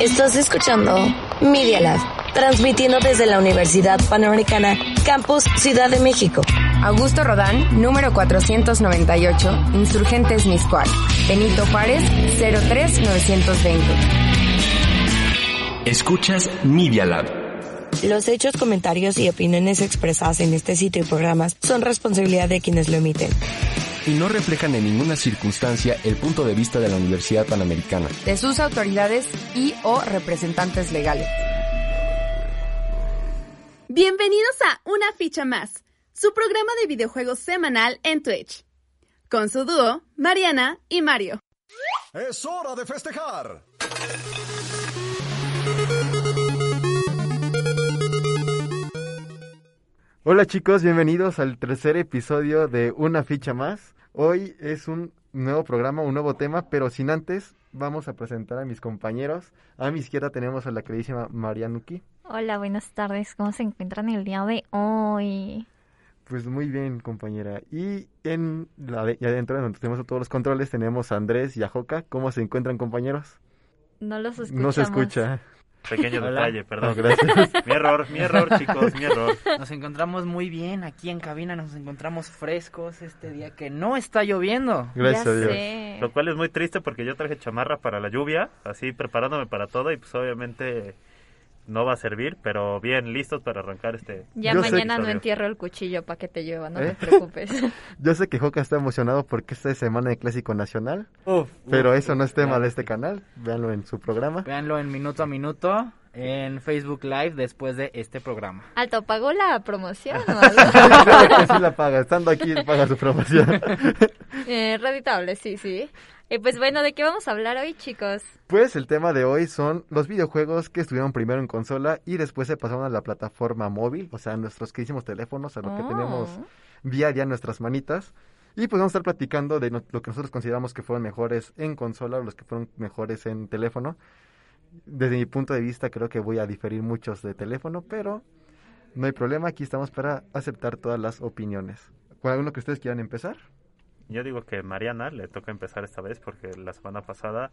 Estás escuchando Media Lab, transmitiendo desde la Universidad Panamericana, Campus Ciudad de México. Augusto Rodán, número 498, Insurgentes Miscual. Benito Juárez, 03920. Escuchas Media Lab. Los hechos, comentarios y opiniones expresadas en este sitio y programas son responsabilidad de quienes lo emiten y no reflejan en ninguna circunstancia el punto de vista de la Universidad Panamericana, de sus autoridades y o representantes legales. Bienvenidos a Una Ficha Más, su programa de videojuegos semanal en Twitch, con su dúo, Mariana y Mario. Es hora de festejar. Hola chicos, bienvenidos al tercer episodio de Una ficha más. Hoy es un nuevo programa, un nuevo tema, pero sin antes vamos a presentar a mis compañeros. A mi izquierda tenemos a la queridísima Marianuki. Hola, buenas tardes. ¿Cómo se encuentran el día de hoy? Pues muy bien, compañera. Y en la de, y adentro, donde tenemos todos los controles, tenemos a Andrés y a Joka. ¿Cómo se encuentran, compañeros? No los escuchamos. No se escucha. Pequeño Hola. detalle, perdón. No, gracias. Mi error, mi error, chicos, mi error. Nos encontramos muy bien aquí en cabina, nos encontramos frescos este día que no está lloviendo. Gracias Ya a Dios. sé. Lo cual es muy triste porque yo traje chamarra para la lluvia, así preparándome para todo y pues obviamente no va a servir, pero bien, listos para arrancar este... Ya Yo sé- mañana no episodio. entierro el cuchillo para que te llueva, no ¿Eh? te preocupes. Yo sé que Joka está emocionado porque esta es semana de Clásico Nacional, pero eso no es tema de este canal. Véanlo en su programa. Véanlo en minuto a minuto en Facebook Live después de este programa. Alto, ¿pagó la promoción o algo? Claro que sí la paga, estando aquí paga su promoción. Eh, reditable, sí, sí. Eh, pues bueno, ¿de qué vamos a hablar hoy, chicos? Pues el tema de hoy son los videojuegos que estuvieron primero en consola y después se pasaron a la plataforma móvil, o sea, a nuestros queridísimos teléfonos, a lo que Oh. tenemos día a día en nuestras manitas. Y pues vamos a estar platicando de no- lo que nosotros consideramos que fueron mejores en consola o los que fueron mejores en teléfono. Desde mi punto de vista creo que voy a diferir muchos de teléfono, pero no hay problema, aquí estamos para aceptar todas las opiniones. ¿Con alguno que ustedes quieran empezar? Yo digo que Mariana le toca empezar esta vez porque la semana pasada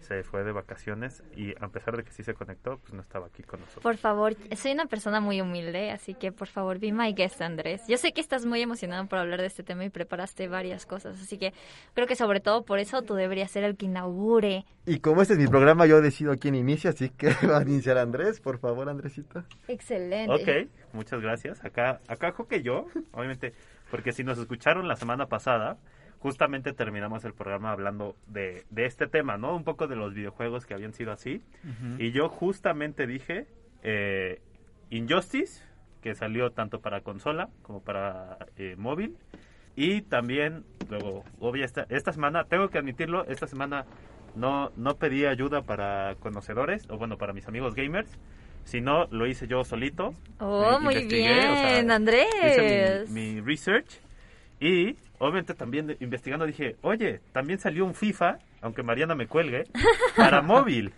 se fue de vacaciones y a pesar de que sí se conectó, pues no estaba aquí con nosotros. Por favor, soy una persona muy humilde, así que por favor, be my guest, Andrés. Yo sé que estás muy emocionado por hablar de este tema y preparaste varias cosas, así que creo que sobre todo por eso tú deberías ser el que inaugure. Y como este es mi programa, yo decido quién inicia, así que va a iniciar Andrés, por favor, Andresita. Excelente. Ok, muchas gracias. Acá, acá que yo, obviamente, porque si nos escucharon la semana pasada, justamente terminamos el programa hablando de, de este tema, ¿no? Un poco de los videojuegos que habían sido así. Y yo justamente dije eh, Injustice, que salió tanto para consola como para eh, móvil. Y también, luego, obvia esta, esta semana, tengo que admitirlo, esta semana no, no pedí ayuda para conocedores, o bueno, para mis amigos gamers, sino lo hice yo solito. Oh, Eh, muy investigué, bien, o sea, Andrés. Hice mi, mi research y obviamente también de- investigando dije, oye, también salió un FIFA, aunque Mariana me cuelgue, para móvil.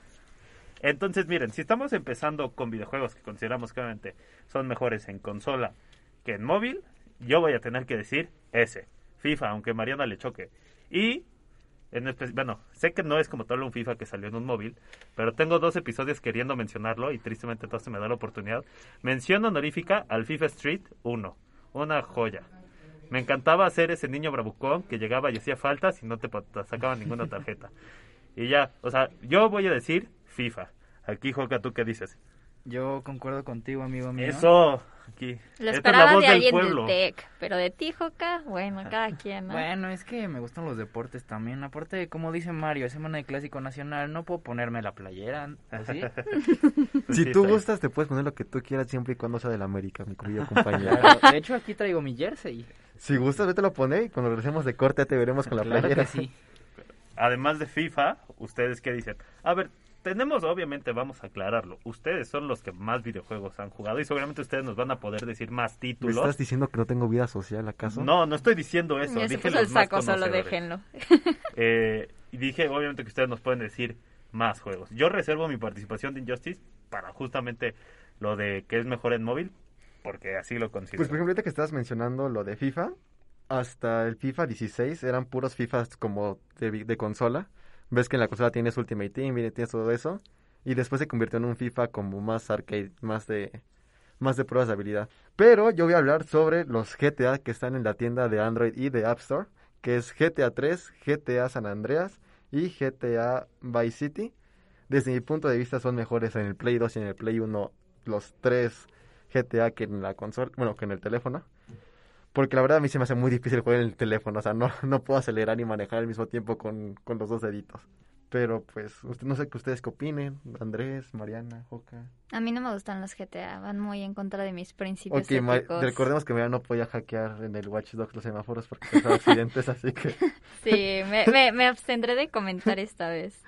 Entonces, miren, si estamos empezando con videojuegos que consideramos que obviamente son mejores en consola que en móvil, yo voy a tener que decir ese, FIFA, aunque Mariana le choque. Y, en espe- bueno, sé que no es como tal un FIFA que salió en un móvil, pero tengo dos episodios queriendo mencionarlo y tristemente no se me da la oportunidad. Mención honorífica al FIFA Street 1, una joya. Me encantaba ser ese niño bravucón que llegaba y hacía faltas y no te pa- sacaban ninguna tarjeta. Y ya, o sea, yo voy a decir FIFA. Aquí, Joca, ¿tú qué dices? Yo concuerdo contigo, amigo mío. Eso, Lo aquí. Esta es la esperaba voz de del alguien pueblo. Ah. del TEC, pero de ti, Joca, bueno, cada quien, ¿no? Bueno, es que me gustan los deportes también. Aparte, como dice Mario, es semana de Clásico Nacional, no puedo ponerme la playera, ¿o sí? Pues sí, Si tú está bien. gustas, te puedes poner lo que tú quieras siempre y cuando sea del América, mi querido compañero. Claro, De hecho, aquí traigo mi jersey. si gustas, vete lo poner y cuando regresemos de corte ya te veremos con la Claro playera. que sí. Además de FIFA, ¿ustedes qué dicen? A ver, tenemos, obviamente, vamos a aclararlo. Ustedes son los que más videojuegos han jugado y seguramente ustedes nos van a poder decir más ¿Me títulos. estás diciendo que no tengo vida social, acaso? No, no estoy diciendo eso. Ya se dije puso los el más saco, solo conocedores. déjenlo. Eh, y dije, obviamente, que ustedes nos pueden decir más juegos. Yo reservo mi participación de Injustice para justamente lo de que es mejor en móvil, porque así lo considero. Pues por ejemplo, ahorita que estabas mencionando lo de FIFA, hasta el FIFA 16 eran puros FIFAs como de, vi- de consola. Ves que en la consola tienes Ultimate Team, viene- tienes todo eso. Y después se convirtió en un FIFA como más arcade, más de, más de pruebas de habilidad. Pero yo voy a hablar sobre los GTA que están en la tienda de Android y de App Store, que es GTA 3, GTA San Andreas y GTA Vice City. Desde mi punto de vista son mejores en el Play 2 y en el Play 1 los tres GTA que en la consola, bueno, que en el teléfono. Porque la verdad a mí se me hace muy difícil jugar en el teléfono. O sea, no, no puedo acelerar ni manejar al mismo tiempo con, con los dos deditos. Pero pues, usted- no sé qué ustedes qué opinen. Andrés, Mariana, Joca. A mí no me gustan los GTA, van muy en contra de mis principios Ok, Ma- éticos. recordemos que Mariana no podía hackear en el Watch Dogs los semáforos porque causaba accidentes, así que... Sí, me, me, me abstendré de comentar esta vez.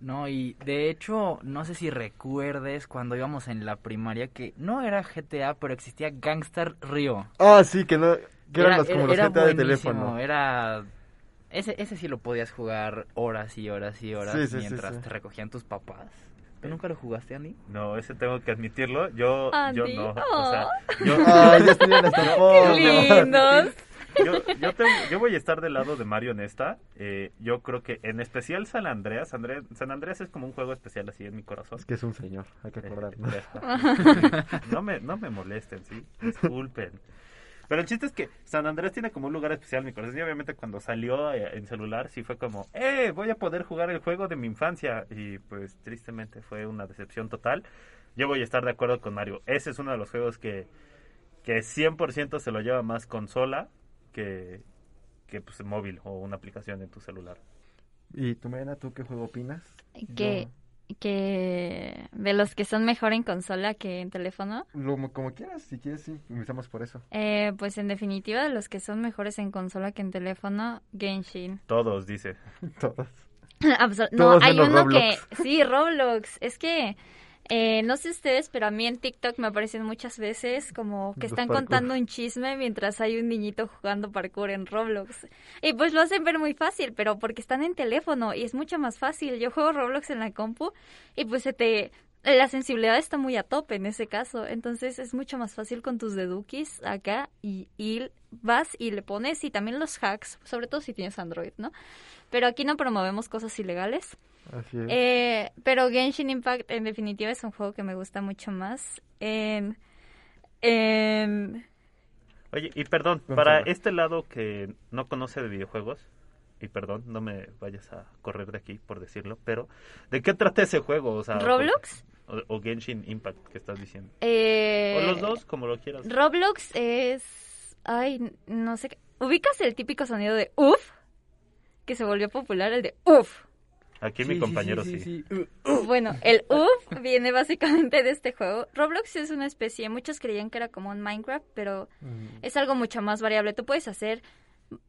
No, y de hecho, no sé si recuerdes cuando íbamos en la primaria que no era GTA, pero existía Gangstar Rio. Ah, sí, que no... Que eran los, como los era GTA de buenísimo, teléfono. Era... Ese, ese sí lo podías jugar horas y horas y horas Sí, sí, sí, mientras sí. te recogían tus papás. ¿Tú nunca lo jugaste, Andy? No, ese tengo que admitirlo. Yo, yo Andy, no. oh. O sea, Ay, ya estoy en esta forma. Lindos. yo, yo, tengo- yo voy a estar del lado de Mario en esta. Eh, yo creo que en especial San Andreas. San Andreas- San Andreas es como un juego especial así en mi corazón. Es que es un señor, hay que Eh, acordarnos. Este, No me, no me molesten, ¿sí? Disculpen. Pero el chiste es que San Andrés tiene como un lugar especial en mi corazón. Y obviamente cuando salió eh, en celular sí fue como, ¡eh! Voy a poder jugar el juego de mi infancia. Y pues tristemente fue una decepción total. Yo voy a estar de acuerdo con Mario. Ese es uno de los juegos que, que 100% se lo lleva más consola que, que pues, móvil o una aplicación en tu celular. ¿Y tú, Mariana, tú qué juego opinas? Que, que de los que son mejor en consola que en teléfono, Lo, como quieras, si quieres, sí, empezamos por eso. eh, pues en definitiva de los que son mejores en consola que en teléfono, Genshin. Todos, dice. Todos. Absol- no, Todos hay menos uno Roblox. que sí, Roblox. Es que eh, no sé ustedes, pero a mí en TikTok me aparecen muchas veces como que Los están parkour. contando un chisme mientras hay un niñito jugando parkour en Roblox. Y pues lo hacen ver muy fácil, pero porque están en teléfono y es mucho más fácil. Yo juego Roblox en la compu y pues se te la sensibilidad está muy a tope en ese caso, entonces es mucho más fácil con tus dedukis acá y, y vas y le pones y también los hacks, sobre todo si tienes Android, ¿no? Pero aquí no promovemos cosas ilegales. Así es. Eh, pero Genshin Impact en definitiva es un juego que me gusta mucho más. En, en- Oye, y perdón, Vamos a para ver. este lado que no conoce de videojuegos, y perdón, no me vayas a correr de aquí por decirlo, pero ¿de qué trata ese juego? O sea, ¿Roblox? O, o Genshin Impact que estás diciendo. eh, o los dos, como lo quieras. Roblox es... Ay, no sé. qué- ¿Ubicas el típico sonido de uff? Que se volvió popular, el de uff. Aquí mi compañero sí. Bueno, el UF viene básicamente de este juego. Roblox es una especie, muchos creían que era como un Minecraft, pero Mm. es algo mucho más variable. Tú puedes hacer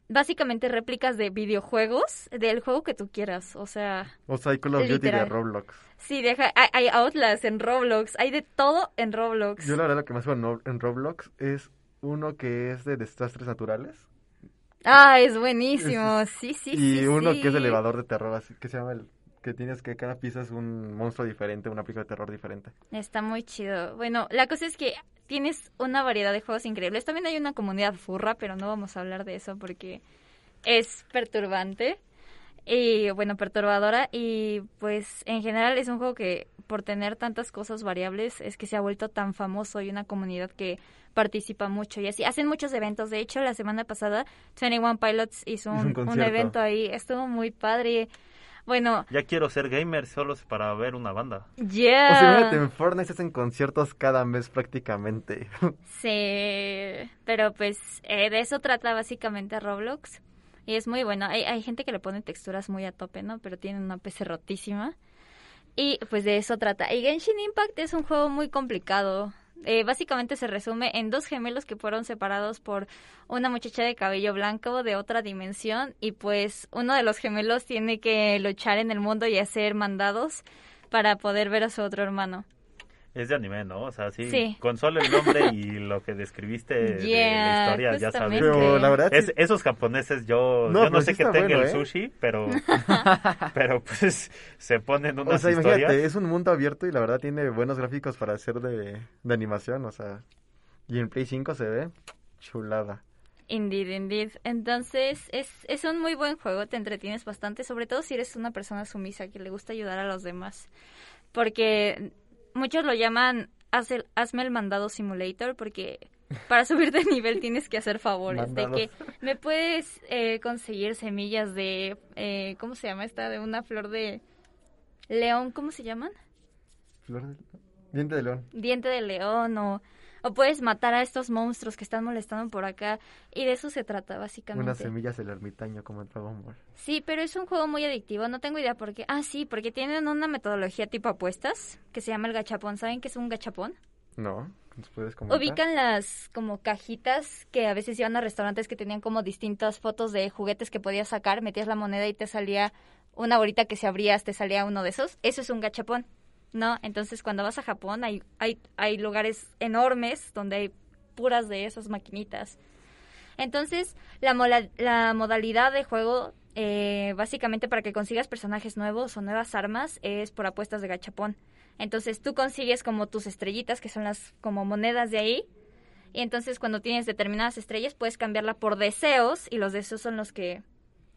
básicamente réplicas de videojuegos del juego que tú quieras. O sea, O sea, hay Call of Duty de literal. Roblox. sí, deja, hay, hay Outlast en Roblox, hay de todo en Roblox. Yo la verdad lo que más juego en Rob- en Roblox es uno que es de desastres naturales Ah, es buenísimo. Sí, sí, y sí, uno que es sí. de elevador de terror, así que se llama el que tienes que cada pieza es un monstruo diferente, una película de terror diferente. Está muy chido. Bueno, la cosa es que tienes una variedad de juegos increíbles. También hay una comunidad furra, pero no vamos a hablar de eso porque es perturbante. Y bueno, perturbadora. Y pues en general es un juego que por tener tantas cosas variables es que se ha vuelto tan famoso y una comunidad que participa mucho y así. Hacen muchos eventos. De hecho, la semana pasada 21 Pilots hizo Hizo un un, un concierto. evento ahí. Estuvo muy padre. Bueno, Ya quiero ser gamer solo para ver una banda. yeah. O sea, imagínate, en Fortnite se hacen conciertos cada mes prácticamente. Sí, pero pues eh, de eso trata básicamente Roblox. Y es muy bueno. Hay, hay gente que le pone texturas muy a tope, ¿no? Pero tiene una PC rotísima. Y pues de eso trata. Y Genshin Impact es un juego muy complicado. Eh, básicamente se resume en dos gemelos que fueron separados por una muchacha de cabello blanco de otra dimensión y pues uno de los gemelos tiene que luchar en el mundo y hacer mandados para poder ver a su otro hermano. Es de anime, ¿no? O sea, sí. Sí. Con solo el nombre y lo que describiste de la Yeah, historia, ya sabes. justamente. Pero la verdad, Es- sí, esos japoneses, yo yo No, no, pero sé sí qué está tenga bueno, el ¿eh? sushi, pero, pero pues se ponen o unas sea, historias. imagínate, es un mundo abierto y la verdad tiene buenos gráficos para hacer de, de animación, o sea, y en Play 5 se ve chulada. Indeed, indeed. Entonces, es, es un muy buen juego, te entretienes bastante, sobre todo si eres una persona sumisa que le gusta ayudar a los demás. Porque muchos lo llaman haz el- hazme el mandado simulator, porque para subir de nivel tienes que hacer favores. Mandados. De que me puedes eh, conseguir semillas de. eh, ¿Cómo se llama esta? De una flor de. León, ¿cómo se llaman? Flor de- Diente de león. diente de león o, o puedes matar a estos monstruos que están molestando por acá y de eso se trata Unas básicamente. semillas del ermitaño como el Dragon Ball. Sí, pero es un juego muy adictivo, no tengo idea por qué. Ah, sí, porque tienen una metodología tipo apuestas que se llama el gachapón. ¿Saben qué es un gachapón? No, ¿nos puedes comentar? Ubican las como cajitas que a veces iban a restaurantes que tenían como distintas fotos de juguetes que podías sacar, metías la moneda y te salía una bolita que si abrías te salía uno de esos. Eso es un gachapón, ¿no? Entonces cuando vas a Japón hay, hay, hay lugares enormes donde hay puras de esas maquinitas. Entonces la, mola- la modalidad de juego eh, básicamente para que consigas personajes nuevos o nuevas armas es por apuestas de gachapón. Entonces tú consigues como tus estrellitas, que son las como monedas de ahí. Y entonces cuando tienes determinadas estrellas puedes cambiarla por deseos y los deseos son los que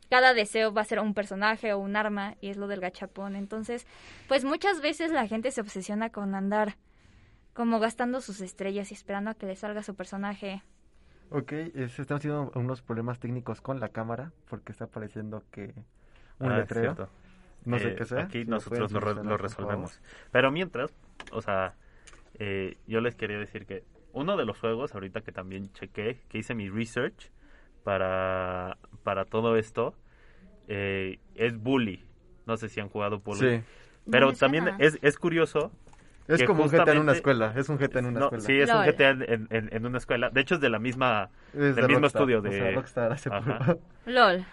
cada deseo va a ser un personaje o un arma y es lo del gachapón. Entonces, pues muchas veces la gente se obsesiona con andar como gastando sus estrellas y esperando a que le salga su personaje. Ok, eh, se están haciendo unos problemas técnicos con la cámara porque está pareciendo que un Ah, es letrero. cierto. No Eh, sé qué sea. Aquí si lo nosotros pueden lo, re- mencionar, lo por favor. resolvemos. Pero mientras, o sea, eh, yo les quería decir que uno de los juegos, ahorita que también chequé, que hice mi research para, para todo esto, eh, es Bully. No sé si han jugado Bully. Sí. Pero No me también suena. es, es curioso. Es que como un GTA en una justamente- escuela. Es un GTA en una no, escuela. sí, es un Lol. GTA en, en- en- en una escuela. De hecho, es de la misma... Es del mismo Rockstar, estudio o de- sea, Rockstar hace Ajá. poco. LOL.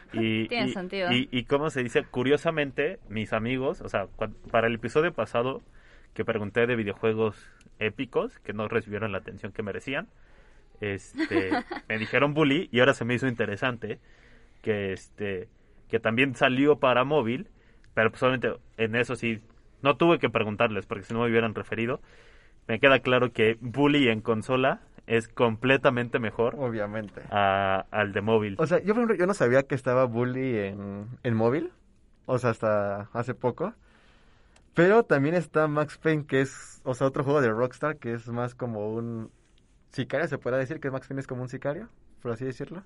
Y, Tiene y- sentido. Y, y cómo se dice, curiosamente, mis amigos, o sea, cuan- para el episodio pasado que pregunté de videojuegos épicos que no recibieron la atención que merecían, este, me dijeron bully y ahora se me hizo interesante que este que también salió para móvil, pero pues solamente en eso sí no tuve que preguntarles porque si no me hubieran referido. Me queda claro que bully en consola es completamente mejor Obviamente. a- al de móvil. O sea, yo, por ejemplo, yo no sabía que estaba Bully en, en móvil. O sea, hasta hace poco. Pero también está Max Payne, que es, o sea, otro juego de Rockstar, que es más como un sicario, se puede decir que Max Payne es como un sicario, por así decirlo.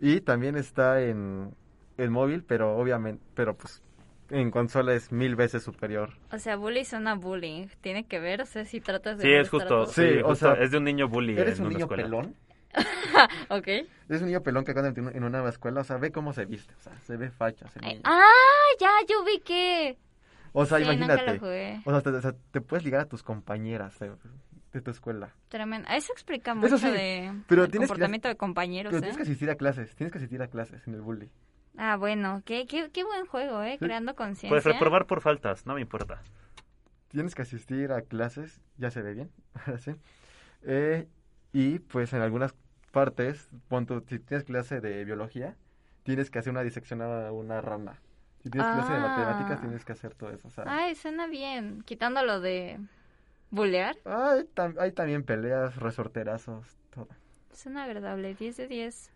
Y también está en, en móvil, pero obviamente, pero pues en consola es mil veces superior. O sea, bully suena bullying. Tiene que ver, o sea, si tratas de... Sí, es molestar a justo. todos. Sí, Sí, o justo, sea, es de un niño bully. ¿Eres un en una niño escuela. pelón? Ok. ¿Eres un niño pelón que acaba de entrar en una nueva escuela? O sea, ve cómo se viste, o sea, se ve facha. ese niño. Ah, ya, yo vi que... O sea, Sí, nunca lo imagínate. jugué. O sea, te, o sea, te puedes ligar a tus compañeras de, de tu escuela. Tremendo. Eso explica Eso mucho sí, de pero del tienes que- comportamiento de compañeros, Pero ¿eh? tienes que asistir a clases, tienes que asistir a clases en el bully. Ah, bueno, qué, qué, qué buen juego, ¿eh? Sí. Creando conciencia. Puedes Pues reprobar por faltas, no me importa. Tienes que asistir a clases, ya se ve bien, ahora sí. Eh, y pues en algunas partes, pon tú, si tienes clase de biología, tienes que hacer una disección a una rana. Si tienes clase de Ah. matemáticas, tienes que hacer todo eso. O sea, Ay, suena bien. Quitando lo de bulear, hay, tam- hay también peleas, resorterazos, todo. suena agradable. 10 de 10.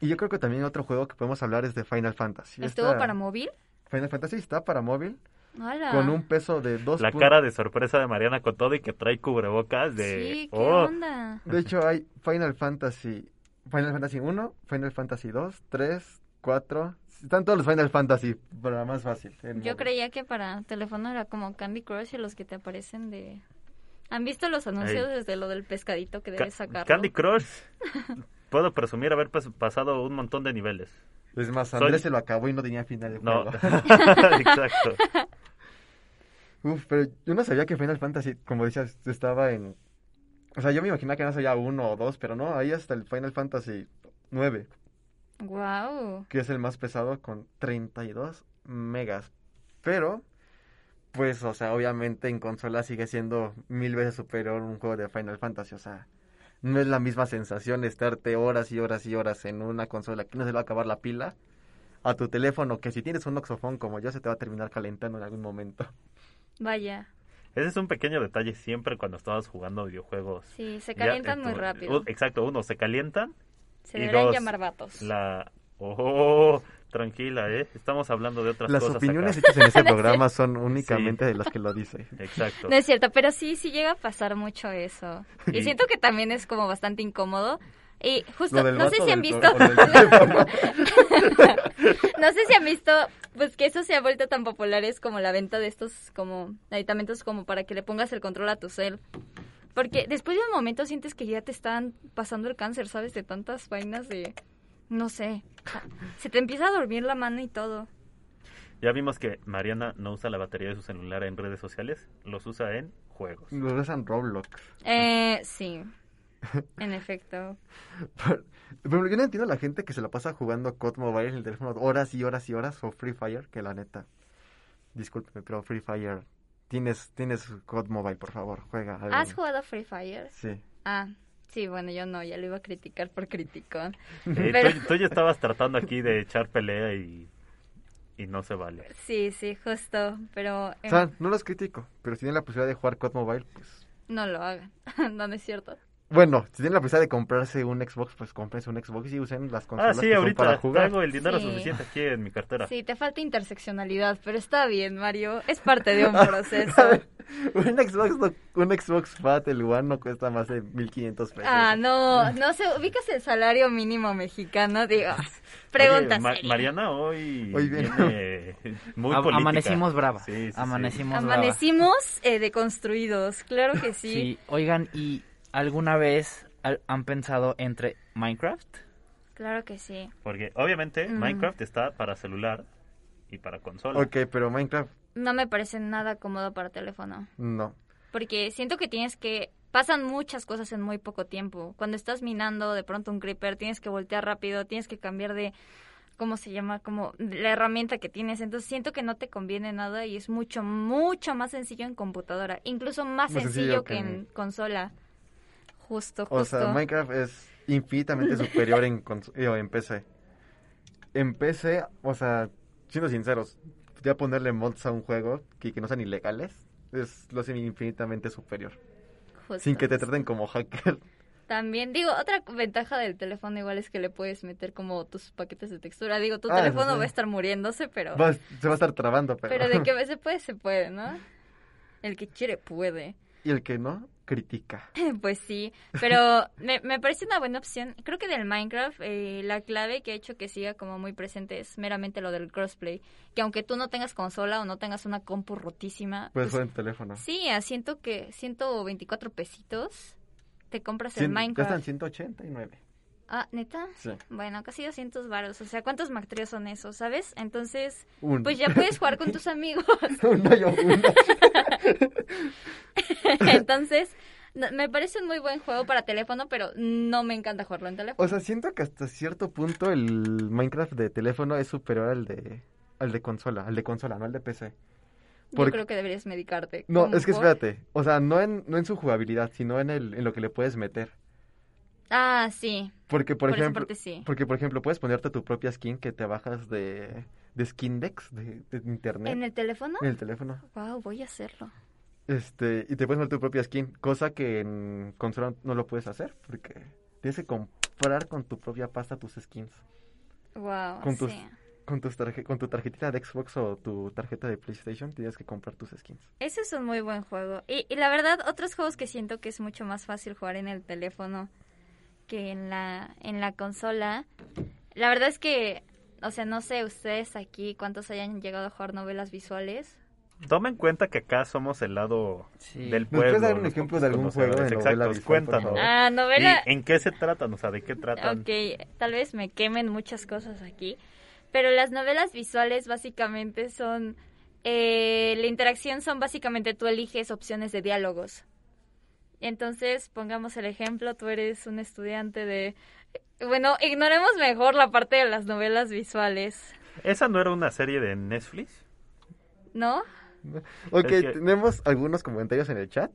Y yo creo que también otro juego que podemos hablar es de Final Fantasy. ¿Estuvo Esta- para móvil? Final Fantasy está para móvil. Hola. con un peso de dos La pun- cara de sorpresa de Mariana con todo y que trae cubrebocas de... Sí, qué Oh, onda. De hecho, hay Final Fantasy, Final Fantasy 1, Final Fantasy 2, 3, 4. Están todos los Final Fantasy, para más fácil. en Yo móvil. creía que para teléfono era como Candy Crush y los que te aparecen de... ¿Han visto los anuncios Ey. desde lo del pescadito que Ca- debes sacar? Candy Crush. Puedo presumir haber pas- pasado un montón de niveles. Es más, Soy- Andrés se lo acabó y no tenía final de No, juego. exacto. Uf, pero yo no sabía que Final Fantasy, como decías, estaba en... O sea, yo me imaginaba que no sabía uno o dos, pero no, ahí hasta el Final Fantasy 9, Wow. que es el más pesado con 32 megas. Pero, pues, o sea, obviamente en consola sigue siendo mil veces superior un juego de Final Fantasy. O sea, no es la misma sensación estarte horas y horas y horas en una consola que no se le va a acabar la pila a tu teléfono, que si tienes un oxofón como yo se te va a terminar calentando en algún momento. Vaya. Ese es un pequeño detalle siempre cuando estabas jugando videojuegos. Sí, se Ya, calientan eh, muy tú- rápido. uh, Exacto, uno, se calientan Se Y deberían dos, llamar vatos. La... Oh, tranquila, ¿eh? Estamos hablando de otras Las cosas. opiniones acá. hechas en este programa son únicamente de las que lo dice. Exacto. No es cierto, pero sí, sí llega a pasar mucho eso. Y Sí. siento que también es como bastante incómodo. Y justo, Lo del no sé vato si han del- visto... o del- no sé si han visto, pues que eso se ha vuelto tan popular es como la venta de estos como aditamentos como para que le pongas el control a tu cel. Porque después de un momento sientes que ya te están pasando el cáncer, ¿sabes? De tantas vainas de... No sé. Se te empieza a dormir la mano y todo. Ya vimos que Mariana no usa la batería de su celular en redes sociales, los usa en juegos. Lo usan Roblox. Eh, sí. En efecto. Pero pero yo no entiendo a la gente que se la pasa jugando COD Mobile en el teléfono horas y horas y horas o Free Fire, que la neta. Discúlpeme, pero Free Fire. Tienes, tienes COD Mobile, por favor, juega. algo. ¿Has jugado a Free Fire? Sí. Ah, sí, bueno, yo no, ya lo iba a criticar por criticón. Eh, Pero- tú, tú ya estabas tratando aquí de echar pelea y, y no se vale. Sí, sí, justo, pero O em, sea, no los critico, pero si tienen la posibilidad de jugar COD Mobile, pues. no lo hagan, no, no es cierto. Bueno, si tienen la posibilidad de comprarse un Xbox, pues cómprense un Xbox y usen las Ah, consolas sí, que son ahorita para jugar. traigo el dinero Sí. suficiente aquí en mi cartera. Sí, te falta interseccionalidad, pero está bien, Mario, es parte de un proceso. un Xbox no- un Xbox Fat, el One no cuesta más de 1500 pesos. Ah, no, no sé, ubicas el salario mínimo mexicano, digo, preguntas. Oye, Ma- Mariana hoy Hoy viene- viene muy A- política. amanecimos brava. Sí, sí, sí. amanecimos brava. Amanecimos eh, deconstruidos, claro que Sí. sí. Oigan, ¿y alguna vez al- han pensado entre Minecraft? Claro que sí. Porque obviamente Mm. Minecraft está para celular y para consola. Ok, pero Minecraft, No me parece nada cómodo para teléfono. no. Porque siento que tienes que... Pasan muchas cosas en muy poco tiempo. Cuando estás minando de pronto un creeper, tienes que voltear rápido, tienes que cambiar de... ¿Cómo se llama? Como la herramienta que tienes. Entonces siento que no te conviene nada y es mucho, mucho más sencillo en computadora. Incluso más Más sencillo, sencillo que que en consola. Justo, justo. O sea, Minecraft es infinitamente superior en, cons- eh, en PC. En PC, o sea, siendo sinceros, ya ponerle mods a un juego que, que no sean ilegales es lo hace infinitamente superior. justo. Sin que te traten como hacker. También, digo, otra ventaja del teléfono igual es que le puedes meter como tus paquetes de textura. Digo, tu Ah, eso teléfono sí. va a estar muriéndose, pero... Vas- se va a estar trabando, pero... Pero de que se puede, se puede, ¿no? El que quiere, puede. y el que no, critica. Pues sí, pero me, me parece una buena opción. Creo que del Minecraft eh, la clave que ha hecho que siga como muy presente es meramente lo del crossplay. Que aunque tú no tengas consola o no tengas una compu rotísima, Puedes pues, jugar en teléfono. sí, a ciento que, 124 pesitos te compras el Cien- ya Minecraft. están 189. Ah, ¿neta? Sí. Bueno, casi 200 varos. O sea, ¿cuántos mactríos son esos, sabes? Entonces, Uno. pues ya puedes jugar con tus amigos. Uno y uno. Entonces, no- me parece un muy buen juego para teléfono, pero no me encanta jugarlo en teléfono. O sea, siento que hasta cierto punto el Minecraft de teléfono es superior al de al de consola, al de consola, no al de PC. Yo porque- creo que deberías medicarte. No, ¿Cómo es que por? espérate, o sea, no en no en su jugabilidad, sino en el en lo que le puedes meter. Ah, sí. Porque por, Por, esa ejemplo, parte sí. porque por ejemplo puedes ponerte tu propia skin que te bajas de de Skindex de, de internet ¿En el teléfono? en el teléfono. Wow, voy a hacerlo. Este, y te puedes poner tu propia skin, cosa que en consola no lo puedes hacer porque tienes que comprar con tu propia pasta tus skins. Wow, Con tus- sí. Con, tus tarje- con tu tarjetita de Xbox o tu tarjeta de PlayStation tienes que comprar tus skins. Ese es un muy buen juego. Y, y la verdad, otros juegos que siento que es mucho más fácil jugar en el teléfono que en la, en la consola. La verdad es que, o sea, no sé ustedes aquí cuántos hayan llegado a jugar novelas visuales. Toma en cuenta que acá somos el lado Sí. del ¿Nos pueblo. puedes dar un los ejemplo de algún conocedores. juego de Exacto, novela visual, por cuéntanos. favor? Ah, novela. ¿Y en qué se tratan? O sea, ¿de qué tratan? Ok, tal vez me quemen muchas cosas aquí, pero las novelas visuales básicamente son, eh, la interacción son básicamente tú eliges opciones de diálogos. Entonces, pongamos el ejemplo, tú eres un estudiante de... Bueno, ignoremos mejor la parte de las novelas visuales, ¿Esa no era una serie de Netflix? ¿no? Ok, Es que- tenemos algunos comentarios en el chat.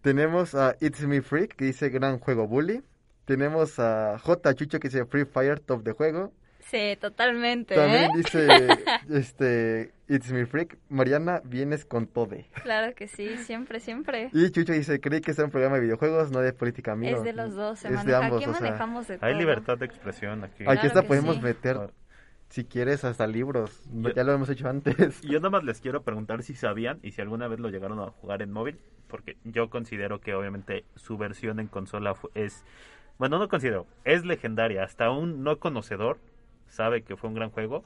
Tenemos a It's Me Freak que dice gran juego bully. Tenemos a J Chucho que dice Free Fire top de juego. Sí, totalmente. También ¿eh? dice, este, It's Me Freak, Mariana, vienes con tode. Claro que sí, siempre, siempre. Y Chucho dice, creí que era un programa de videojuegos, no de política, amigo. Es de los dos, se Es de maneja. ambos, Aquí o sea, manejamos de todo. Hay libertad de expresión aquí. Ay, Aquí hasta que podemos sí. meter, si quieres, hasta libros. No, Yo- Ya lo hemos hecho antes. Yo nada más les quiero preguntar si sabían y si alguna vez lo llegaron a jugar en móvil, porque yo considero que obviamente su versión en consola fu- es, bueno, no considero, es legendaria. Hasta un no conocedor sabe que fue un gran juego,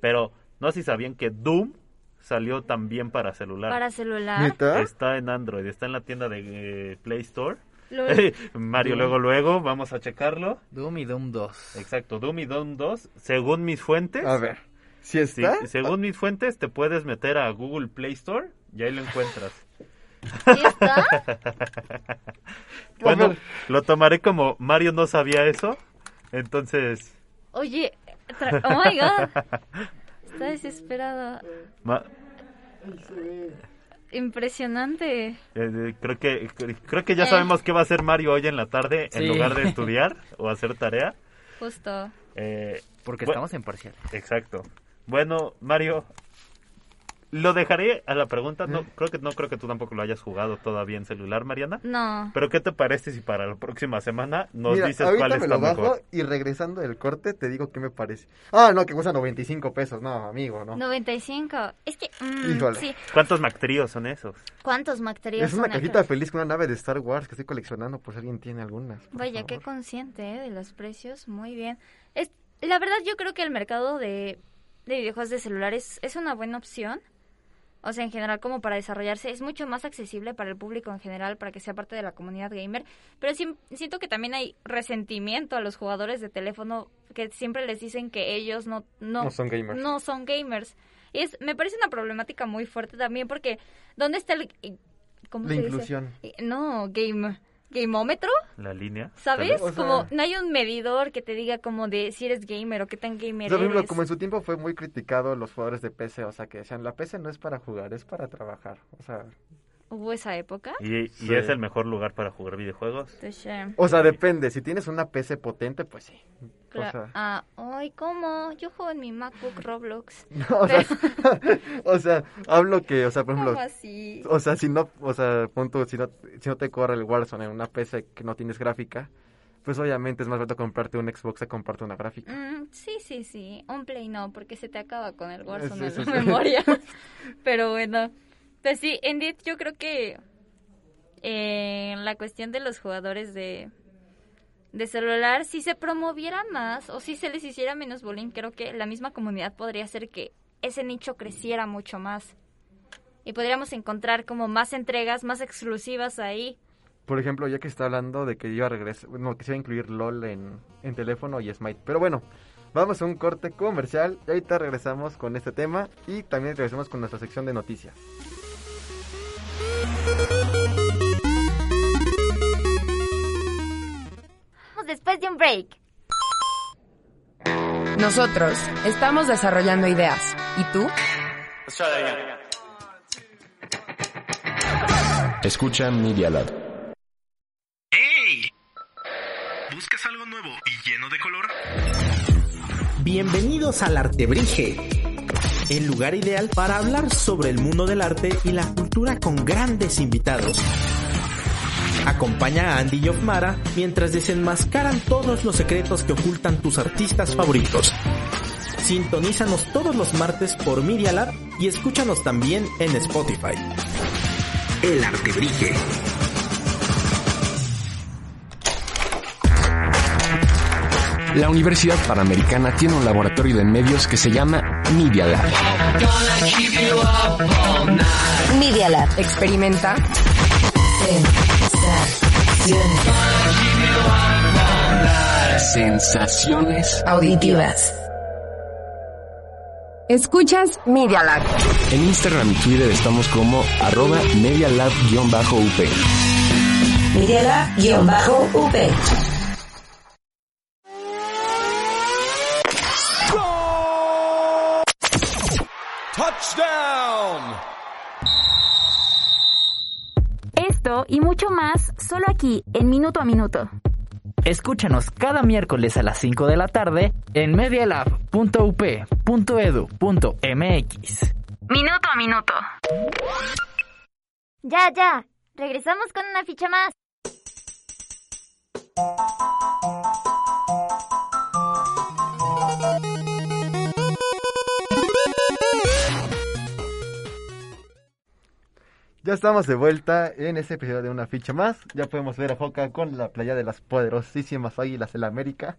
pero no sé si sabían que Doom salió también para celular. Para celular. ¿Neta? Está en Android, está en la tienda de eh, Play Store. lo- Mario, luego, luego, vamos a checarlo. Doom y Doom 2. Exacto, Doom y Doom 2, según mis fuentes. A ver, si Sí, está, según mis fuentes, te puedes meter a Google Play Store y ahí lo encuentras. ¿Sí está? bueno, ver. lo tomaré como Mario no sabía eso, entonces... Oye, tra- oh my god. Está desesperado. ma- Impresionante. eh, eh, creo que creo que ya sabemos qué va a hacer Mario hoy en la tarde Sí. en lugar de estudiar o hacer tarea. Justo. Eh, Porque bu- estamos en parcial. Exacto. Bueno, Mario, lo dejaré a la pregunta. Mm. No creo que no creo que tú tampoco lo hayas jugado todavía en celular, Mariana. No. Pero qué te parece si para la próxima semana nos mira, dices cuál ahorita me está lo bajo mejor? y regresando del corte te digo qué me parece. Ah, no, que cuesta 95 pesos, no, amigo, no. 95. Es que. mm, Híjole. sí. ¿Cuántos Mactríos son esos? ¿Cuántos Mactríos Es una son acá? cajita feliz con una nave de Star Wars que estoy coleccionando por si alguien tiene algunas. por Vaya, qué favor. consciente ¿eh? de los precios. Muy bien. Es, la verdad, yo creo que el mercado de, de videojuegos de celulares es una buena opción. O sea, en general, como para desarrollarse, es mucho más accesible para el público en general, para que sea parte de la comunidad gamer. Pero sí- siento que también hay resentimiento a los jugadores de teléfono que siempre les dicen que ellos no, no, No son gamers. no son gamers. Y es, me parece una problemática muy fuerte también, porque ¿dónde está el. ¿Cómo La se dice? inclusión. Eh, No, game. ¿Gamómetro? La línea. ¿Sabes? O sea- como no hay un medidor que te diga como de si eres gamer o qué tan O gamer sea, por ejemplo, eres. como en su tiempo fue muy criticado los jugadores de PC, o sea, que decían, la PC no es para jugar, es para trabajar. O sea, Hubo esa época. Y, y Sí. es el mejor lugar para jugar videojuegos. Entonces, eh, o sea, depende, si tienes una PC potente, pues sí. cla- O sea, ah, ay, ¿cómo? Yo juego en mi MacBook Roblox. no, o, sea o sea, hablo que, o sea, por ¿Cómo ejemplo, así? o sea, si no, o sea, pon tú, si no, si no te corre el Warzone en una PC que no tienes gráfica, pues obviamente es más barato comprarte un Xbox a comprarte una gráfica. Mm, sí, sí, sí. Un Play no, porque se te acaba con el Sí, Warzone sí, en sí. la memoria. Pero bueno. Pues sí, Indeed, yo creo que eh, la cuestión de los jugadores de, de celular, si se promoviera más o si se les hiciera menos bullying, creo que la misma comunidad podría hacer que ese nicho creciera mucho más. Y podríamos encontrar como más entregas, más exclusivas ahí. Por ejemplo, ya que está hablando de que iba a regresar, no, que se iba a incluir LOL en, en teléfono y Smite. Pero bueno, vamos a un corte comercial y ahorita regresamos con este tema y también regresamos con nuestra sección de noticias. Después de un break. Nosotros estamos desarrollando ideas. ¿Y tú? Escucha Media Lab. ¿Buscas algo nuevo y lleno de color? Bienvenidos al Artebrige, el lugar ideal para hablar sobre el mundo del arte y la cultura con grandes invitados. Acompaña a Andy y Ofmara mientras desenmascaran todos los secretos que ocultan tus artistas favoritos. Sintonízanos todos los martes por Media Lab y escúchanos también en Spotify. El Artebrige. La Universidad Panamericana tiene un laboratorio de medios que se llama Media Lab. Media Lab. Experimenta. Sensaciones. Auditivas. Escuchas Media Lab. En Instagram y Twitter estamos como arroba Media Lab-UP. Media Lab-UP. Touchdown. Esto y mucho más solo aquí en Minuto a Minuto. Escúchanos cada miércoles a las 5 de la tarde en medialab.up.edu.mx. Minuto a minuto. Ya, ya. Regresamos con una ficha más. Ya estamos de vuelta en este episodio de una ficha más. Ya podemos ver a Joca con la playa de las poderosísimas águilas del América.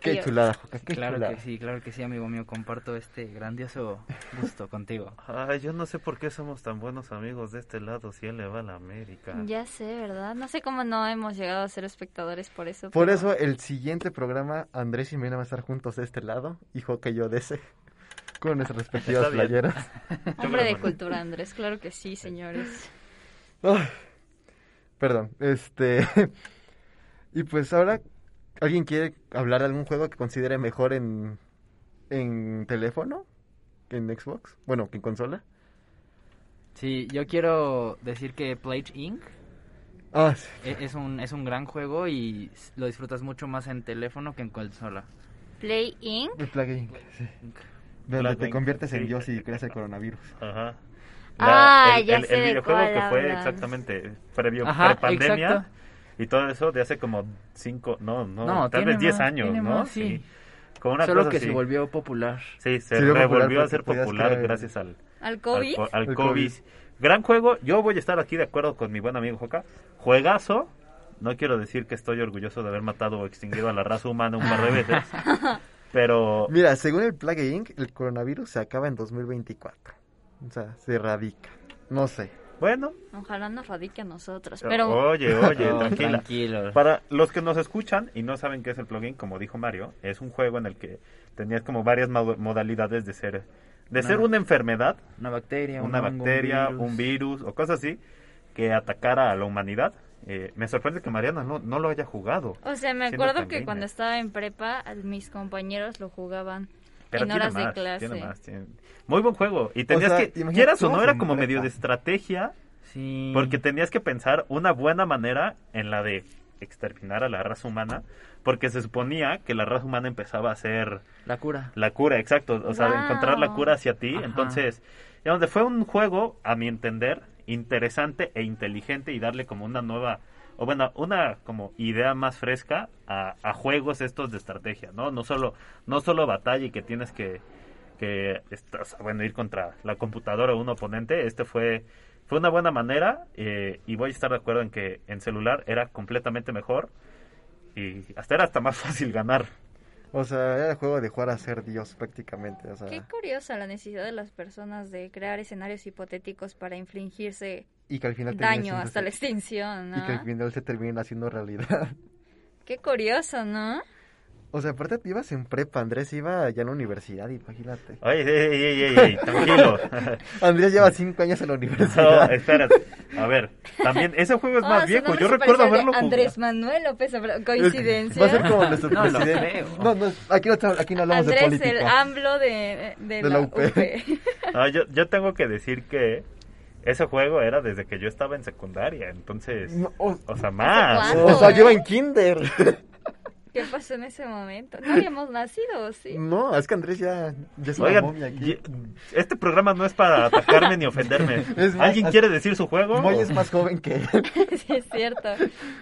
Qué Dios. chulada, Joca, qué Claro chulada. que sí, claro que sí, amigo mío. Comparto este grandioso gusto contigo. Ay, yo no sé por qué somos tan buenos amigos de este lado si él le va a la América. Ya sé, ¿verdad? No sé cómo no hemos llegado a ser espectadores por eso. Por pero- eso el siguiente programa, Andrés y Mena van a estar juntos de este lado y Joca y yo de ese. Con nuestras respectivas Está bien. playeras. Hombre de cultura, Andrés. Claro que sí, señores. Ay, perdón, este... y pues ahora, ¿alguien quiere hablar de algún juego que considere mejor en, en teléfono? que ¿En Xbox? Bueno, que en consola. Sí, yo quiero decir que Plate Inc. Ah, sí. e- es un, es un gran juego y s- lo disfrutas mucho más en teléfono que en consola. Play Inc. El Plague Inc, sí. Donde Plague te Inc, conviertes en sí. Dios y creas el coronavirus. Ajá. Ah, el, ya el- sé el de videojuego cuál que fue hablan. exactamente previo Ajá, pandemia exacto. y todo eso de hace como 5, no, no, No, tal tiene vez 10 más, años, tiene ¿no? más, sí. Como una Solo cosa que así. se volvió popular. Sí, se Se volvió popular revolvió a porque ser podías popular crear- gracias al ¿Al COVID? Al, co- al Al COVID. COVID. Gran juego, yo voy a estar aquí de acuerdo con mi buen amigo Joca. Juegazo. No quiero decir que estoy orgulloso de haber matado o extinguido a la raza humana un par de veces, pero Mira, según el Plague Inc., el coronavirus se acaba en 2024. O sea, se erradica. No sé. bueno, Ojalá nos radique a nosotros. Oh, Pero Oye, oye, No, tranquila. tranquilo. Para los que nos escuchan y no saben qué es el plugin, como dijo Mario, es un juego en el que tenías como varias mo- modalidades de ser de ser Una- una enfermedad, Una bacteria, un una hongo, un bacteria, virus. un virus o cosas así que atacara a la humanidad. Eh, me sorprende que Mariana no, no lo haya jugado. O sea, me siendo acuerdo tan que gamer. cuando estaba en prepa, a- mis compañeros lo jugaban Pero en tiene horas de más, clase. tiene más, tiene- Muy buen juego. Y tenías sea, que, imagínate, quieras o no, somos era en como medio prepa. de estrategia, Sí. Mm, Porque tenías que pensar una buena manera en la de exterminar a la raza humana, porque se suponía que la raza humana empezaba a ser La cura. la cura, exacto, o sea, de encontrar la Wow. cura hacia ti. Ajá. Entonces, donde fue un juego, a mi entender, interesante e inteligente y darle como una nueva, o bueno, una como idea más fresca a, a juegos estos de estrategia, ¿no? No solo, no solo batalla y que tienes que, que estás, bueno, ir contra la computadora o un oponente, este fue... Fue una buena manera eh, y voy a estar de acuerdo en que en celular era completamente mejor y hasta era hasta más fácil ganar. O sea, era el juego de jugar a ser Dios prácticamente. O sea, Qué curiosa la necesidad de las personas de crear escenarios hipotéticos para infligirse y que al final termine daño siendo- hasta la extinción, Y que al ¿no? final se termina haciendo realidad. Qué curioso, ¿no? O sea, aparte te ibas en prepa, Andrés iba ya en la universidad, imagínate. Oye, ey, ey, ey, ey, tranquilo. Andrés lleva cinco años en la No, universidad. espérate. A ver, también ese juego es Ah, más su viejo. nombre Yo se recuerdo parece al de haberlo jugado. Andrés Manuel López Obrador. Es- Coincidencia. Va a ser como nuestro No lo presidente. creo. No, no, aquí no, tra- aquí no hablamos de Andrés, política. el AMLO de, de, la, UP. No, Ah, yo, yo tengo que decir que ese juego era desde que yo estaba en secundaria. Entonces, No, o, o sea, más. ¿Hace o sea, yo iba eh? en kinder. ¿Qué pasó en ese momento? No habíamos nacido, ¿sí? No, es que Andrés ya, ya es una Oigan, momia aquí. ye- este programa no es para atacarme ni ofenderme. Es más, ¿Alguien as- quiere decir su juego? Moy es más joven que él. Sí, es cierto.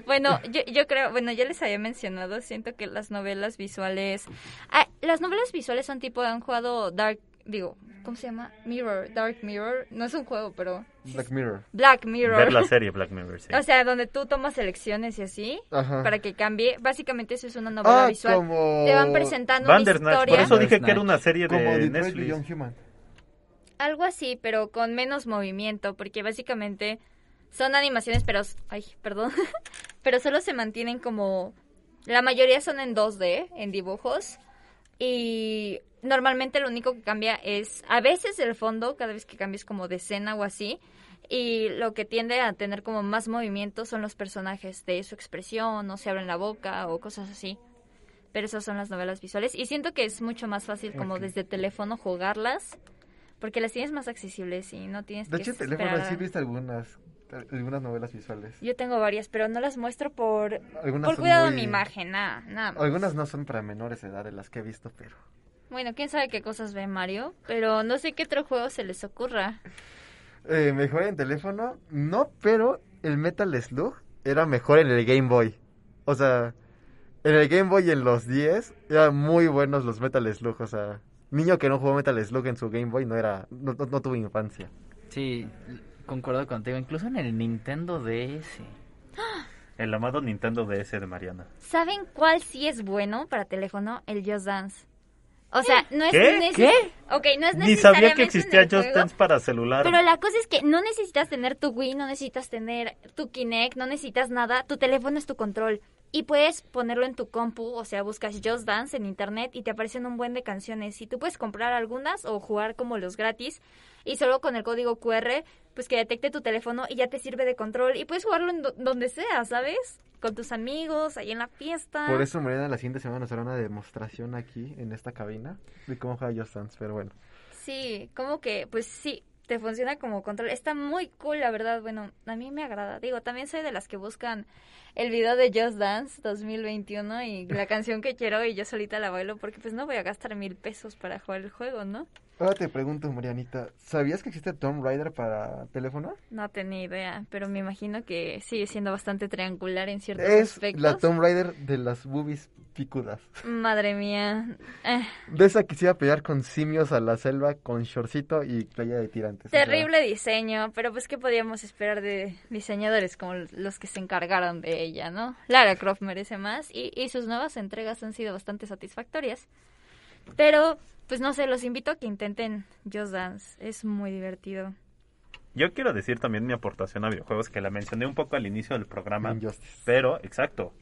Bueno, yo, yo creo, bueno, ya les había mencionado, siento que las novelas visuales... Ah, las novelas visuales son tipo, han jugado Dark, digo, ¿cómo se llama? Mirror, Dark Mirror. No es un juego, pero... Black Mirror. Black Mirror. Ver la serie Black Mirror, sí. O sea, donde tú tomas elecciones y así, Ajá. para que cambie. Básicamente eso es una novela Ah, visual. como- Te van presentando una Bandersnatch, por historia, eso dije Bandersnatch. que era una serie Como de Detroit Netflix. Beyond Human. algo así, pero con menos movimiento, porque básicamente son animaciones, pero... Ay, perdón. pero solo se mantienen como... La mayoría son en 2D, en dibujos. Y normalmente lo único que cambia es a veces el fondo, cada vez que cambias como de escena o así. Y lo que tiende a tener como más movimiento son los personajes de su expresión, o se abren la boca o cosas así. Pero esas son las novelas visuales. Y siento que es mucho más fácil como desde teléfono jugarlas, porque las tienes más accesibles y no tienes De que hecho, el teléfono esperar a- sí viste algunas. algunas novelas visuales. Yo tengo varias, pero no las muestro por, Algunas por son cuidado a muy- mi imagen, nada, nada más. Algunas no son para menores de edad de las que he visto, pero... Bueno, quién sabe qué cosas ve Mario, pero no sé qué otro juego se les ocurra. Eh, mejor en teléfono, no, pero el Metal Slug era mejor en el Game Boy. O sea, en el Game Boy en los 10 eran muy buenos los Metal Slug. O sea, niño que no jugó Metal Slug en su Game Boy no era, no, no- no tuvo infancia. Sí, l- concuerdo contigo. Incluso en el Nintendo DS. El amado Nintendo DS de Mariana. ¿Saben cuál sí es bueno para teléfono? El Just Dance. O sea, no es ¿Qué? neces- ¿Qué? Ok, no es Ni sabía necesariamente que en existía el Just juego, Dance para celular. Pero la cosa es que no necesitas tener tu Wii, no necesitas tener tu Kinect, no necesitas nada. Tu teléfono es tu control. Y puedes ponerlo en tu compu, o sea, buscas Just Dance en internet y te aparecen un buen de canciones. Y tú puedes comprar algunas o jugar como los gratis. Y solo con el código QR, pues que detecte tu teléfono y ya te sirve de control. Y puedes jugarlo en do- donde sea, ¿sabes? Con tus amigos, ahí en la fiesta. Por eso, Mariana, la siguiente semana nos hará una demostración aquí, en esta cabina, de cómo juega Just Dance, pero bueno. Sí, como que, pues sí, te funciona como control. Está muy cool, la verdad. Bueno, a mí me agrada. Digo, también soy de las que buscan el video de Just Dance 2021 y la canción que quiero y yo solita la bailo porque pues no voy a gastar mil pesos para jugar el juego, ¿no? Ahora te pregunto, Marianita, ¿sabías que existe Tomb Raider para teléfono? No tenía idea, pero me imagino que sigue siendo bastante triangular en ciertos Es aspectos. la Tomb Raider de las boobies picudas. Madre mía. Eh, De esa quisiera pelear con simios a la selva con shortcito y playa de tirantes. o sea, terrible diseño, pero pues qué podíamos esperar de diseñadores como los que se encargaron de ella, ¿no? Lara Croft merece más y, y sus nuevas entregas han sido bastante satisfactorias. Pero, pues no sé, los invito a que intenten Just Dance, es muy divertido. Yo quiero decir también mi aportación a videojuegos, que la mencioné un poco al inicio del programa. Injustice. Pero, exacto.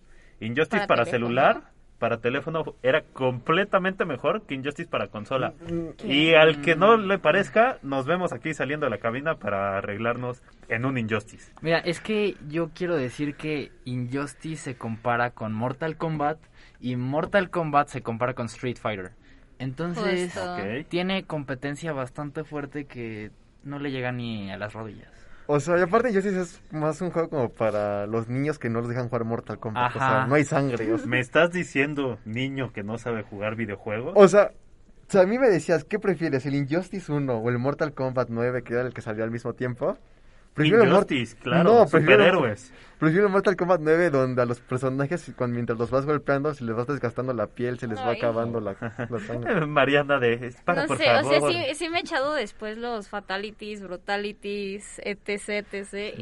Para Injustice para, teléfono. celular, para teléfono, era completamente mejor que Injustice para consola. Mm. Y al que no le parezca, nos vemos aquí saliendo de la cabina para arreglarnos en un Injustice. Mira, es que yo quiero decir que Injustice se compara con Mortal Kombat y Mortal Kombat se compara con Street Fighter. Entonces, Justo. Ok. tiene competencia bastante fuerte que no le llega ni a las rodillas. O sea, y aparte Justice es más un juego como para los niños que no los dejan jugar Mortal Kombat. O sea, Ajá. no hay sangre. O sea, ¿Me estás diciendo, niño, que no sabe jugar videojuegos? o sea, si a mí me decías, ¿qué prefieres? ¿El Injustice 1 o el Mortal Kombat 9, que era el que salió al mismo tiempo? el Mor- Injustice, claro, superhéroes. Prefiero el Mortal Kombat 9, donde a los personajes, cuando, mientras los vas golpeando, se les vas desgastando la piel, se les va Ay. acabando la, la sangre. Mariana de... "Es Para, no por sé, favor. o sea, sí, sí me he echado después los fatalities, brutalities, etc, etc.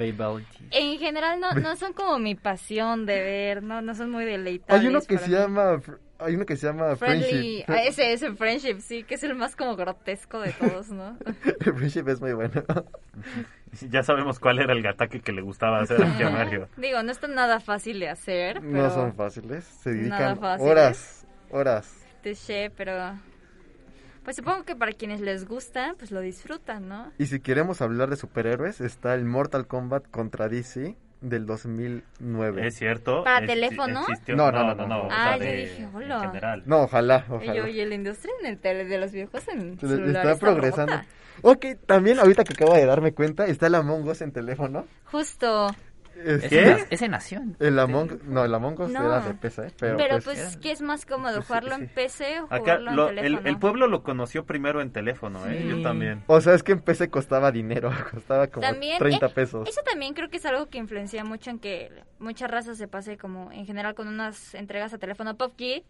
En general no, no son como mi pasión de ver, no, no son muy deleitables. Hay uno que para se mí. llama... Hay uno que se llama Friendly, Friendship. ah, ese es el Friendship, sí, que es el más como grotesco de todos, ¿no? El Friendship es muy bueno. Ya sabemos cuál era el ataque que le gustaba hacer aquí a Mario. Digo, no está nada fácil de hacer, pero No son fáciles. Se nada dedican fáciles. horas, horas. touché, pero pues supongo que para quienes les gusta, pues lo disfrutan, ¿no? Y si queremos hablar de superhéroes, está el Mortal Kombat contra DC del 2009. Es cierto. ¿Para es- teléfono? existió- No, No, no, no, no, no. no. o sea, Ah, yo de- dije, hola. en general. No, ojalá, ojalá. Oye, oye, la industria en el tele de los viejos en Le- celular Está progresando. rota. Ok, también ahorita que acabo de darme cuenta, está el Among Us en teléfono. Justo, Este, Ese, na- ese nació en- El Among, no, el Among Us No. era de PC, pero, pero, pues, pues, ¿qué es más cómodo, jugarlo en PC o Acá jugarlo lo- en el, teléfono? el pueblo lo conoció primero en teléfono, ¿eh? Sí. Yo también. O sea, es que en PC costaba dinero, costaba como También, 30 eh, pesos. Eso también creo que es algo que influencia mucho en que mucha raza se pase como en general con unas entregas a teléfono PUBG.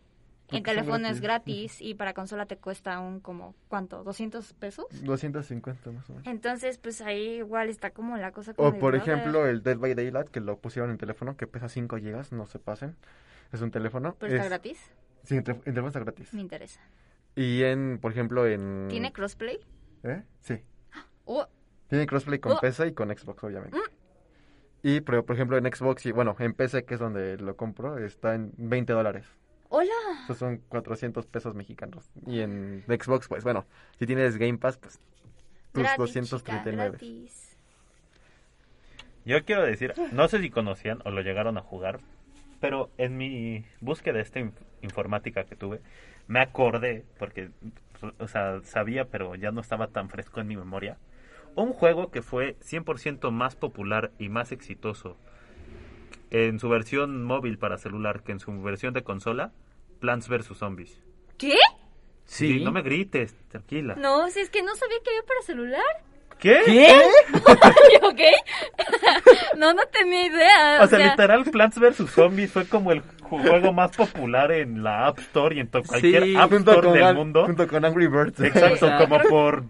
En Porque son teléfono es gratis. gratis y para consola te cuesta aún como, ¿cuánto? ¿200 pesos? 250 más o menos. Entonces, pues ahí igual está como la cosa como O de, por brother. ejemplo el Dead by Daylight que lo pusieron en teléfono que pesa 5 gigas, no se pasen. Es un teléfono. Pero está es- gratis, Sí, en, telé- en teléfono está gratis. me interesa. Y en, por ejemplo, en... ¿Tiene crossplay? ¿Eh? Sí. Oh, Tiene crossplay con Oh. Mm. PC y con Xbox, obviamente. Y, pero, por ejemplo, en Xbox y, bueno, en PC, que es donde lo compro, está en 20 dólares. ¡Hola! Eso son 400 pesos mexicanos. Y en Xbox, pues, bueno, si tienes Game Pass, pues, tus Gratis, 239. chica, gratis. Yo quiero decir, no sé si conocían o lo llegaron a jugar, pero en mi búsqueda esta inf- informática que tuve, me pues, acordé, porque, o sea, sabía, pero ya no estaba tan fresco en mi memoria, un juego que fue 100% más popular y más exitoso en su versión móvil para celular que en su versión de consola, Plants vs. Zombies. ¿Qué? Sí. No me grites, tranquila. No, si es que no sabía que había para celular. ¿Qué? Yo, ¿Qué? no, no tenía idea. O sea, literal, Plants vs. Zombies fue como el juego más popular en la App Store y en to- cualquier Sí, App junto Store con del Ang- mundo. junto con Angry Birds. Exacto, Sí, o sea, como creo- por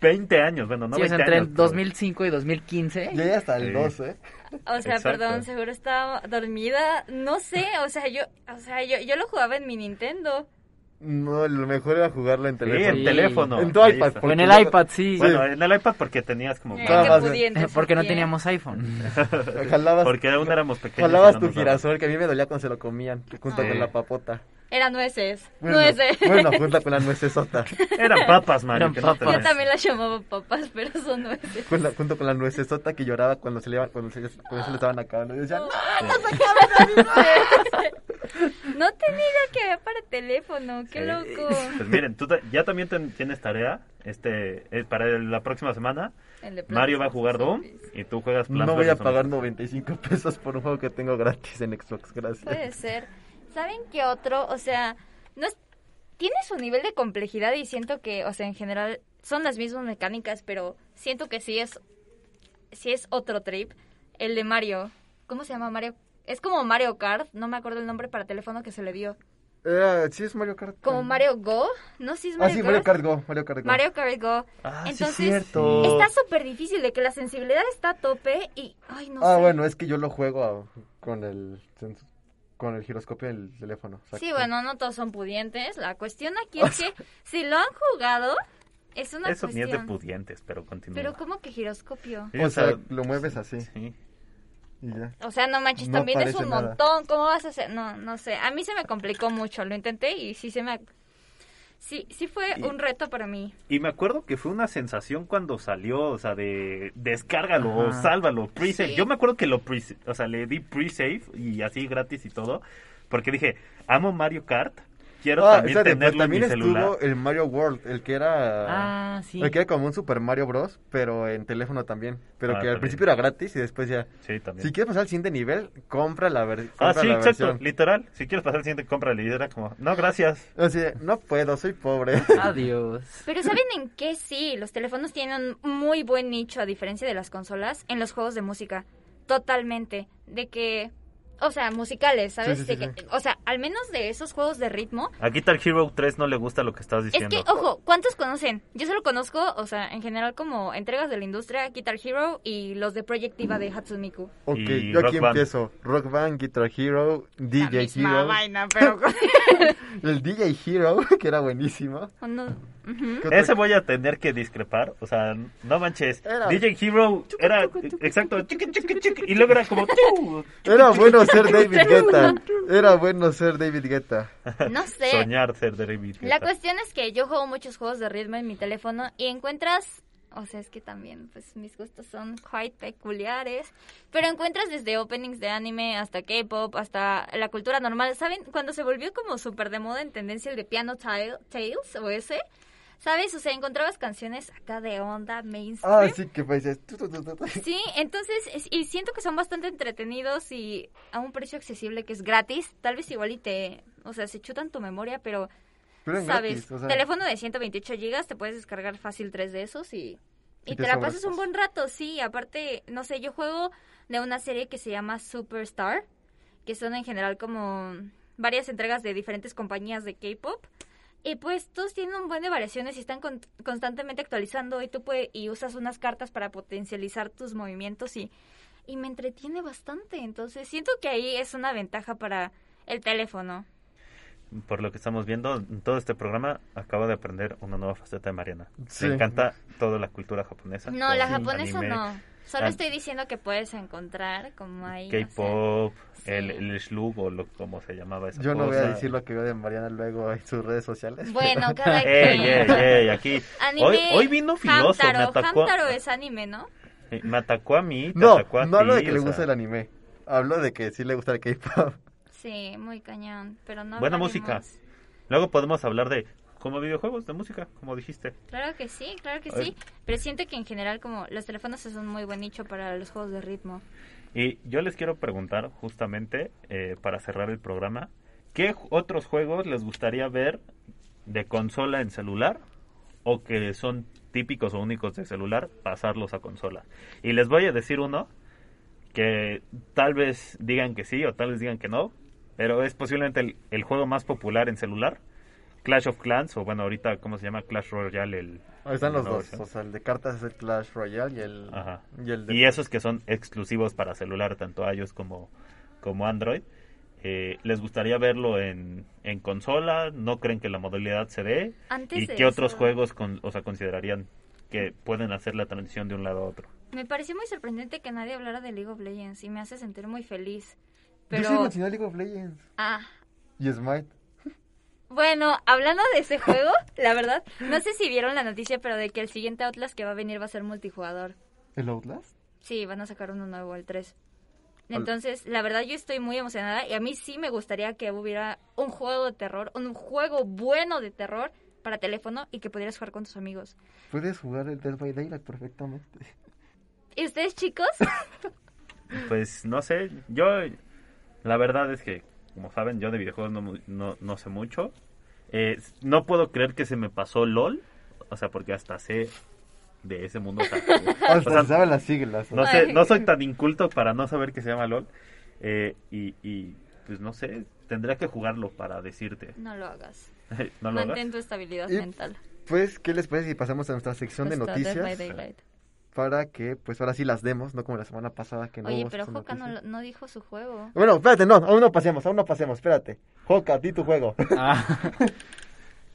20 años. Bueno, no Sí, o 20 sea, entre años. el 2005 y 2015. Llegué hasta el Sí. 2, ¿eh? O sea, Exacto. perdón, seguro estaba dormida. No sé, o sea, yo, o sea, yo, yo lo jugaba en mi Nintendo. No, lo mejor era jugarlo en Sí, teléfono. en teléfono. En tu Ahí iPad. está. porque en el luego- iPad, sí. Bueno, en el iPad porque tenías como... Ay, Nada qué más, pudiente Eh, porque no Sofía. teníamos iPhone. Jalabas, Porque aún éramos pequeños. jalabas y no tu nos daba. girasol, que a mí me dolía cuando se lo comían, que junto Ah. con la papota. Eran nueces. Bueno, nueces. bueno, junto con la nuecesota. Eran papas, Mario. Eran que no te papas. Yo ves. también las llamaba papas, pero son nueces. Con la- junto con la nuecesota que lloraba cuando se le, iban- cuando se, cuando se le estaban acabando. Y decía, "No". ¡Ah, No tenía idea que había para teléfono, qué Sí. loco. Pues miren, tú ta- ya también ten- tienes tarea este eh, para el- la próxima semana. El de Mario va a Plants jugar vs. Doom Zombies. y tú juegas Plants No voy a vs. Zombies. pagar 95 pesos por un juego que tengo gratis en Xbox, gracias. Puede ser. ¿Saben qué otro? O sea, no es- tiene su nivel de complejidad y siento que, o sea, en general son las mismas mecánicas, pero siento que sí es, sí es otro trip. El de Mario. ¿Cómo se llama Mario? Es como Mario Kart, no me acuerdo el nombre para teléfono que se le dio. Eh, sí, es Mario Kart. Como Mario Go. No, sí es Ah, Mario sí, Kart. Mario Kart Go. Mario Kart Go. Mario Kart Go. Ah, sí, Entonces, cierto. está súper difícil de que la sensibilidad está a tope y... Ay, no ah, sé. bueno, es que yo lo juego a- con el sens- con el giroscopio del teléfono. o sea, Sí, que- bueno, no todos son pudientes. La cuestión aquí es que si lo han jugado, es una Eso ni es de cuestión. pudientes, pero continúa. Pero como que giroscopio. Sí, O sea, lo mueves así sí. y ya. O sea, no manches, No también es parece un nada. montón. ¿Cómo vas a hacer? No, no sé. A mí se me complicó mucho. Lo intenté y sí se me... Sí, sí fue Y- un reto para mí. Y me acuerdo que fue una sensación cuando salió, o sea, de descárgalo, Ajá. sálvalo, pre-save. Sí. Yo me acuerdo que lo pre o sea, le di pre-save y así gratis y todo, porque dije, amo Mario Kart, quiero Ah, también espérate, tenerlo pues, también en mi celular. estuvo el Mario World, el que era Ah, sí. el que era como un Super Mario Bros, pero en teléfono también, pero Ah, que también. al principio era gratis y después ya Sí, también. si quieres pasar al siguiente nivel, compra la, ver- ah, compra sí, la exacto, versión. literal. Si quieres pasar el siguiente compra, le era como, no, gracias. Así de, no puedo, soy pobre. Adiós. Pero ¿saben en qué sí? Los teléfonos tienen un muy buen nicho, a diferencia de las consolas, en los juegos de música. Totalmente. De que... O sea, musicales, ¿sabes? Sí, sí, sí, De que- sí. O sea, al menos de esos juegos de ritmo, A Guitar Hero 3 no le gusta lo que estás Es diciendo. que, ojo, ¿cuántos conocen? Yo solo conozco, o sea, en general como entregas de la industria, Guitar Hero y los de Project Diva de Hatsumiku. Ok, Y yo aquí Rock Band. empiezo. Rock Band, Guitar Hero, La DJ misma Hero. vaina, pero... con- El DJ Hero, que era buenísimo. Uno- ujú. ¿Qué otro? Ese voy a tener que discrepar, o sea, no manches. Era- DJ Hero era exacto, chiqui, chiqui, chiqui, y luego era como tú. Era bueno ser David Guetta. Era bueno ser David Guetta. No sé. Soñar ser de David La Guetta. cuestión es que yo juego muchos juegos de ritmo en mi teléfono y encuentras, o sea, es que también, pues mis gustos son quite peculiares, pero encuentras desde openings de anime hasta K-pop, hasta la cultura normal. ¿Saben? Cuando se volvió como súper de moda en tendencia el de Piano Tile- Tales o ese, ¿sabes? O sea, encontrabas canciones acá de onda mainstream. Ah, sí, que parecías. tu, tu, tu, tu, tu. Sí, entonces, es- y siento que son bastante entretenidos y a un precio accesible que es gratis. Tal vez igual y te, o sea, se chutan tu memoria, pero Pero eran sabes, gratis, o sea, teléfono de 128 gigas, te puedes descargar fácil tres de esos y, Y y te te la sobras, pasas un pues. buen rato, sí. Aparte, no sé, yo juego de una serie que se llama Superstar, que son en general como varias entregas de diferentes compañías de K-pop. Y pues todos tienen un buen de variaciones y están con- constantemente actualizando y tú puedes, y usas unas cartas para potencializar tus movimientos y, y me entretiene bastante. Entonces siento que ahí es una ventaja para el teléfono. Por lo que estamos viendo, en todo este programa acabo de aprender una nueva faceta de Mariana. Sí. Me encanta toda la cultura japonesa. No, la todo, japonesa anime, no. Solo an- estoy diciendo que puedes encontrar como ahí. no sé. K-pop, Sí. el, el slug o lo, como se llamaba esa Yo no voy a cosa. decir lo que veo de Mariana luego en sus redes sociales. Bueno, cada quien. Ey, ey, ey, aquí. Anime, hoy, hoy vino filoso, Hamtaro. me atacó. Hamtaro es anime, ¿no? Me atacó a mí, te No, atacó a no hablo ti, de que o le sea. gusta el anime. Hablo de que sí le gusta el K-pop. Sí, muy cañón. Pero no Buena hablaremos. música. Luego podemos hablar de Como videojuegos de música, como dijiste. Claro que sí, claro que A ver. sí. Pero siento que en general como los teléfonos es un muy buen nicho para los juegos de ritmo. Y yo les quiero preguntar, justamente, eh, para cerrar el programa, ¿qué ju- otros juegos les gustaría ver de consola en celular? ¿O que son típicos o únicos de celular, pasarlos a consola? Y les voy a decir uno que tal vez digan que sí o tal vez digan que no, pero es posiblemente el, el juego más popular en celular. Clash of Clans, o bueno, ahorita, ¿cómo se llama? Clash Royale. El, Ahí están los la dos. versión. O sea, el de cartas es el Clash Royale y el, Ajá. y el de Y esos que son exclusivos para celular, tanto iOS como, como Android. eh, ¿Les gustaría verlo en, en consola? ¿No creen que la modalidad se dé? Antes ¿Y de qué otros eso- juegos con, o sea, considerarían que pueden hacer la transición de un lado a otro? Me pareció muy sorprendente que nadie hablara de League of Legends y me hace sentir muy feliz. Yo sí Pero mencioné League of Legends. ah, Y Smite. bueno, hablando de ese juego, la verdad, no sé si vieron la noticia, pero de que el siguiente Outlast que va a venir va a ser multijugador. ¿El Outlast? Sí, van a sacar uno nuevo, el 3. Al- Entonces, la verdad yo estoy muy emocionada y a mí sí me gustaría que hubiera un juego de terror, un juego bueno de terror para teléfono y que pudieras jugar con tus amigos. Puedes jugar el Dead by Daylight perfectamente. ¿Y ustedes, chicos? Pues no sé, yo la verdad es que, como saben, yo de videojuegos no, mu- no, no sé mucho. Eh, no puedo creer que se me pasó LOL, o sea, porque hasta sé de ese mundo. o sea, Ah, o sea, se saben las siglas. No, sé, no soy tan inculto para no saber que se llama LOL. Eh, y, y, pues no sé, tendría que jugarlo para decirte. No lo hagas. no lo hagas. Mantén tu estabilidad Y- mental. Pues, ¿qué les parece si pasamos a nuestra sección de Justo, Dead by noticias? Ah, Daylight. Para que, pues ahora sí las demos, no como la semana pasada que no Oye, hubo pero sección de Joca no, noticias. lo- no dijo su juego. Bueno, espérate, no, aún no pasemos, aún no pasemos, espérate. Joca, di tu juego.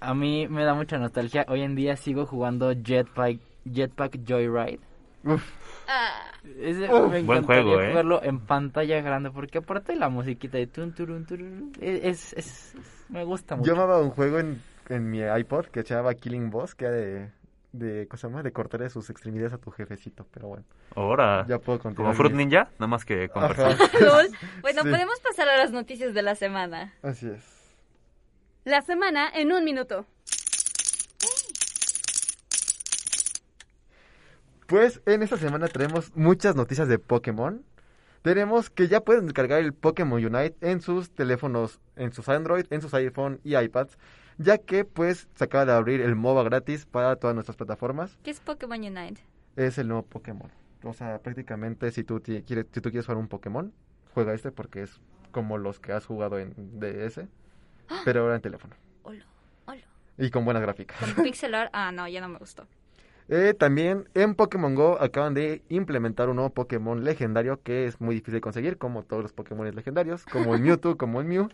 A mí me da mucha nostalgia. Hoy en día sigo jugando Jetpack, Jetpack Joyride. Ah. Ese- Uf. me encantaría Buen juego, ¿eh? jugarlo en pantalla grande porque aparte la musiquita de tun turun turun es, es- es- me gusta mucho. Yo amaba un juego en, en mi iPod que se llamaba Killing Boss, que era de, de, ¿cómo se llama? De cortarle sus extremidades a tu jefecito, pero bueno. ¿eh? Ahora, Ya puedo continuar. Ah, como Fruit mi- Ninja, nada más que con Ajá. personas. Lol. Bueno, Sí. podemos pasar a las noticias de la semana. Así es. La semana en un minuto. Pues en esta semana tenemos muchas noticias de Pokémon. Tenemos que ya pueden descargar el Pokémon Unite en sus teléfonos, en sus Android, en sus iPhone y iPads, ya que pues se acaba de abrir el MOBA gratis para todas nuestras plataformas. ¿Qué es Pokémon Unite? Es el nuevo Pokémon. O sea, prácticamente si tú, ti- quieres, si tú quieres jugar un Pokémon, juega este porque es como los que has jugado en DS, pero ahora en teléfono. Hola, hola. Y con buenas gráficas. Con pixel art. Ah, no, ya no me gustó. Eh, también en Pokémon Go acaban de implementar un nuevo Pokémon legendario que es muy difícil de conseguir, como todos los Pokémon legendarios, como el Mewtwo, como el Mew.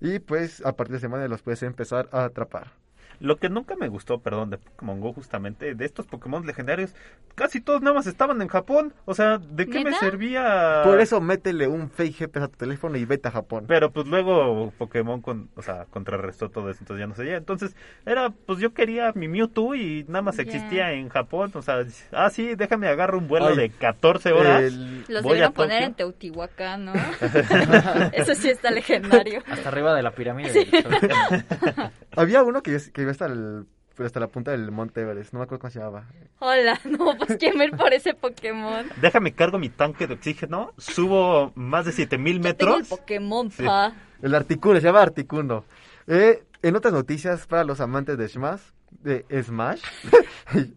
Y pues a partir de semana los puedes empezar a atrapar. Lo que nunca me gustó, perdón, de Pokémon Go justamente, de estos Pokémon legendarios, casi todos nada más estaban en Japón. O sea, ¿de qué me ¿Neta? servía? Por eso métele un fake GPS a tu teléfono y vete a Japón. Pero pues luego Pokémon con, o sea, contrarrestó todo eso, entonces ya no seguía. Entonces, era, pues yo quería mi Mewtwo y nada más Ya. existía en Japón. O sea, ah, sí, déjame agarrar un vuelo Ay, de 14 horas. El- Los Voy a debieron poner Tokio. en Teotihuacán, ¿no? Eso sí está legendario. Hasta arriba de la pirámide. del Sol. Había uno que, que iba hasta, el- hasta la punta del Monte Everest, no me acuerdo cómo se llamaba. Hola, no, pues quién me por ese Pokémon. Déjame cargo mi tanque de oxígeno, subo más de 7000 Yo tengo el metros. Pokémon, Sí. pa. El Articuno, se llama Articuno. Eh, en otras noticias para los amantes de Smash, de Smash,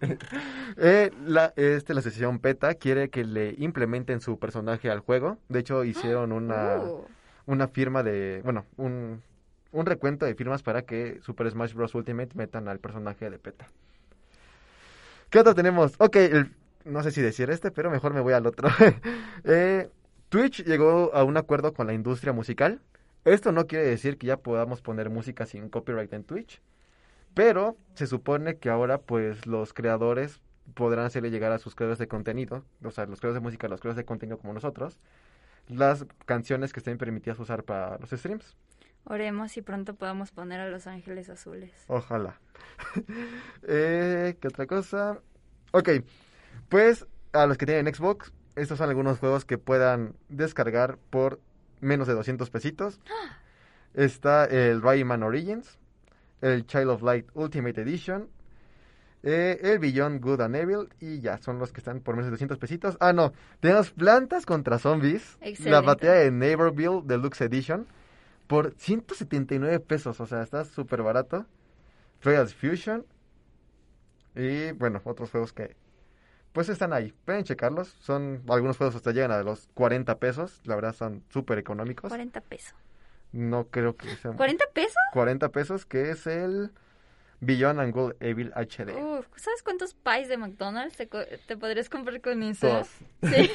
eh, la, este, la asociación PETA quiere que le implementen su personaje al juego. De hecho, hicieron una, Uh, una firma de, bueno, un, un recuento de firmas para que Super Smash Bros. Ultimate metan al personaje de PETA. ¿Qué otro tenemos? Ok, el- no sé si decir este, pero mejor me voy al otro. Eh, Twitch llegó a un acuerdo con la industria musical. Esto no quiere decir que ya podamos poner música sin copyright en Twitch, pero se supone que ahora pues los creadores podrán hacerle llegar a sus creadores de contenido, o sea, los creadores de música, los creadores de contenido como nosotros, las canciones que estén permitidas usar para los streams. oremos y pronto podamos poner a los ángeles azules. Pues Ojalá. eh, ¿Qué otra cosa? Ok, pues a los que tienen Xbox, estos son algunos juegos que puedan descargar por menos de 200 pesitos. Está el Rayman Origins, el Child of Light Ultimate Edition, eh, el Beyond Good and Evil y ya son los que están por menos de 200 pesitos. Ah, no, tenemos Plantas contra Zombies, la Excelente. batalla de Neighborville Deluxe Edition por 179 pesos, o sea, está súper barato. Trials Fusion y bueno, otros juegos que pues están ahí, pueden checarlos, son algunos juegos hasta llegan a los 40 pesos, la verdad son súper económicos. 40 pesos. No creo que sea ¿40 pesos? 40 pesos, que es el Beyond and Gold Evil HD. Uf, ¿sabes cuántos pies de McDonald's te, co- te podrías comprar con eso? Sí.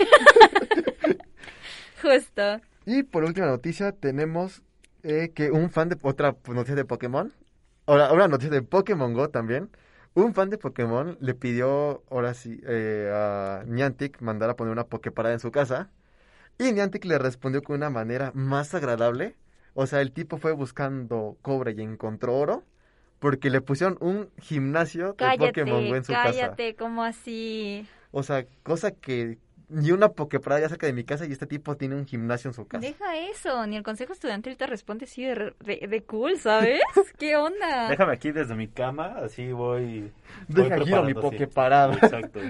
Justo. Y por última noticia tenemos eh, que un fan de otra noticia de Pokémon, ahora, ahora noticia de Pokémon Go también, un fan de Pokémon le pidió ahora sí eh, a Niantic mandar a poner una Poképarada en su casa y Niantic le respondió con una manera más agradable, o sea, el tipo fue buscando cobre y encontró oro porque le pusieron un gimnasio de Cállate, Pokémon Go en su casa. cállate, como así. O sea, cosa que ni una Poképarada ya cerca de mi casa y este tipo tiene un gimnasio en su casa. Deja eso, ni el consejo estudiantil te responde así de, re- de, de cool, ¿sabes? ¿Qué onda? Déjame aquí desde mi cama, así voy. voy Deja giro mi preparando, sí. poke parada. Exacto.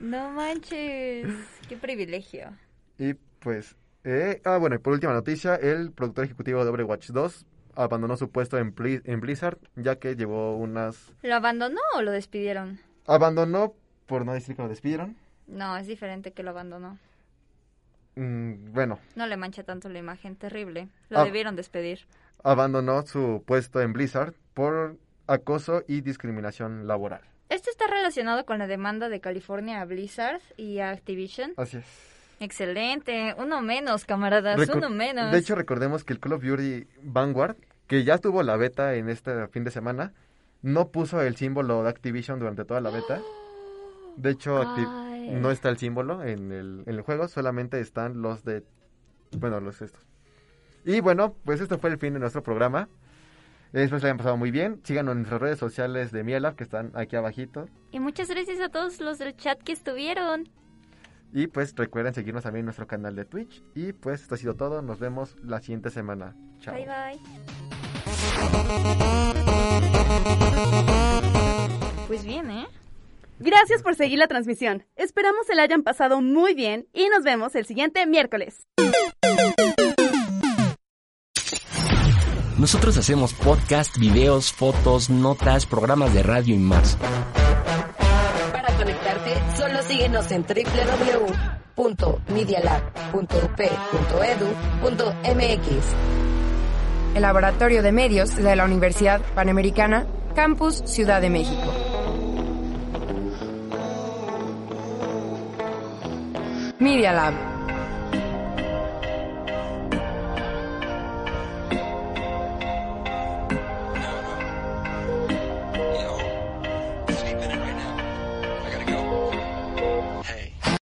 No manches, qué privilegio. Y pues, eh, ah, bueno, y por última noticia, el productor ejecutivo de Overwatch 2 abandonó su puesto en, Bli- en Blizzard, ya que llevó unas... ¿Lo abandonó o lo despidieron? Abandonó, por no decir que lo despidieron. No, es diferente que lo abandonó. Mm, bueno, No le mancha tanto la imagen, terrible. Lo Ah. debieron despedir. abandonó su puesto en Blizzard por acoso y discriminación laboral. Esto está relacionado con la demanda de California a Blizzard y a Activision. Así es. Excelente, uno menos, camaradas, Recor- uno menos. De hecho, recordemos que el Call of Duty Vanguard, que ya tuvo la beta en este fin de semana, no puso el símbolo de Activision durante toda la beta. De hecho, acti- Ay. no está el símbolo en el, en el juego, solamente están los de... Bueno, los estos. Y bueno, pues esto fue el fin de nuestro programa. Espero que se hayan pasado muy bien. Síganos en nuestras redes sociales de Mielab, que están aquí abajito. Y muchas gracias a todos los del chat que estuvieron. Y pues recuerden seguirnos también en nuestro canal de Twitch. Y pues esto ha sido todo. Nos vemos la siguiente semana. Chao. Bye bye. Pues bien, ¿eh? Gracias por seguir la transmisión. Esperamos se la hayan pasado muy bien y nos vemos el siguiente miércoles. Nosotros hacemos podcast, videos, fotos, notas, programas de radio y más. Para conectarte, solo síguenos en www.medialab.up.edu.mx. El Laboratorio de Medios de la Universidad Panamericana, Campus Ciudad de México. Media Lab.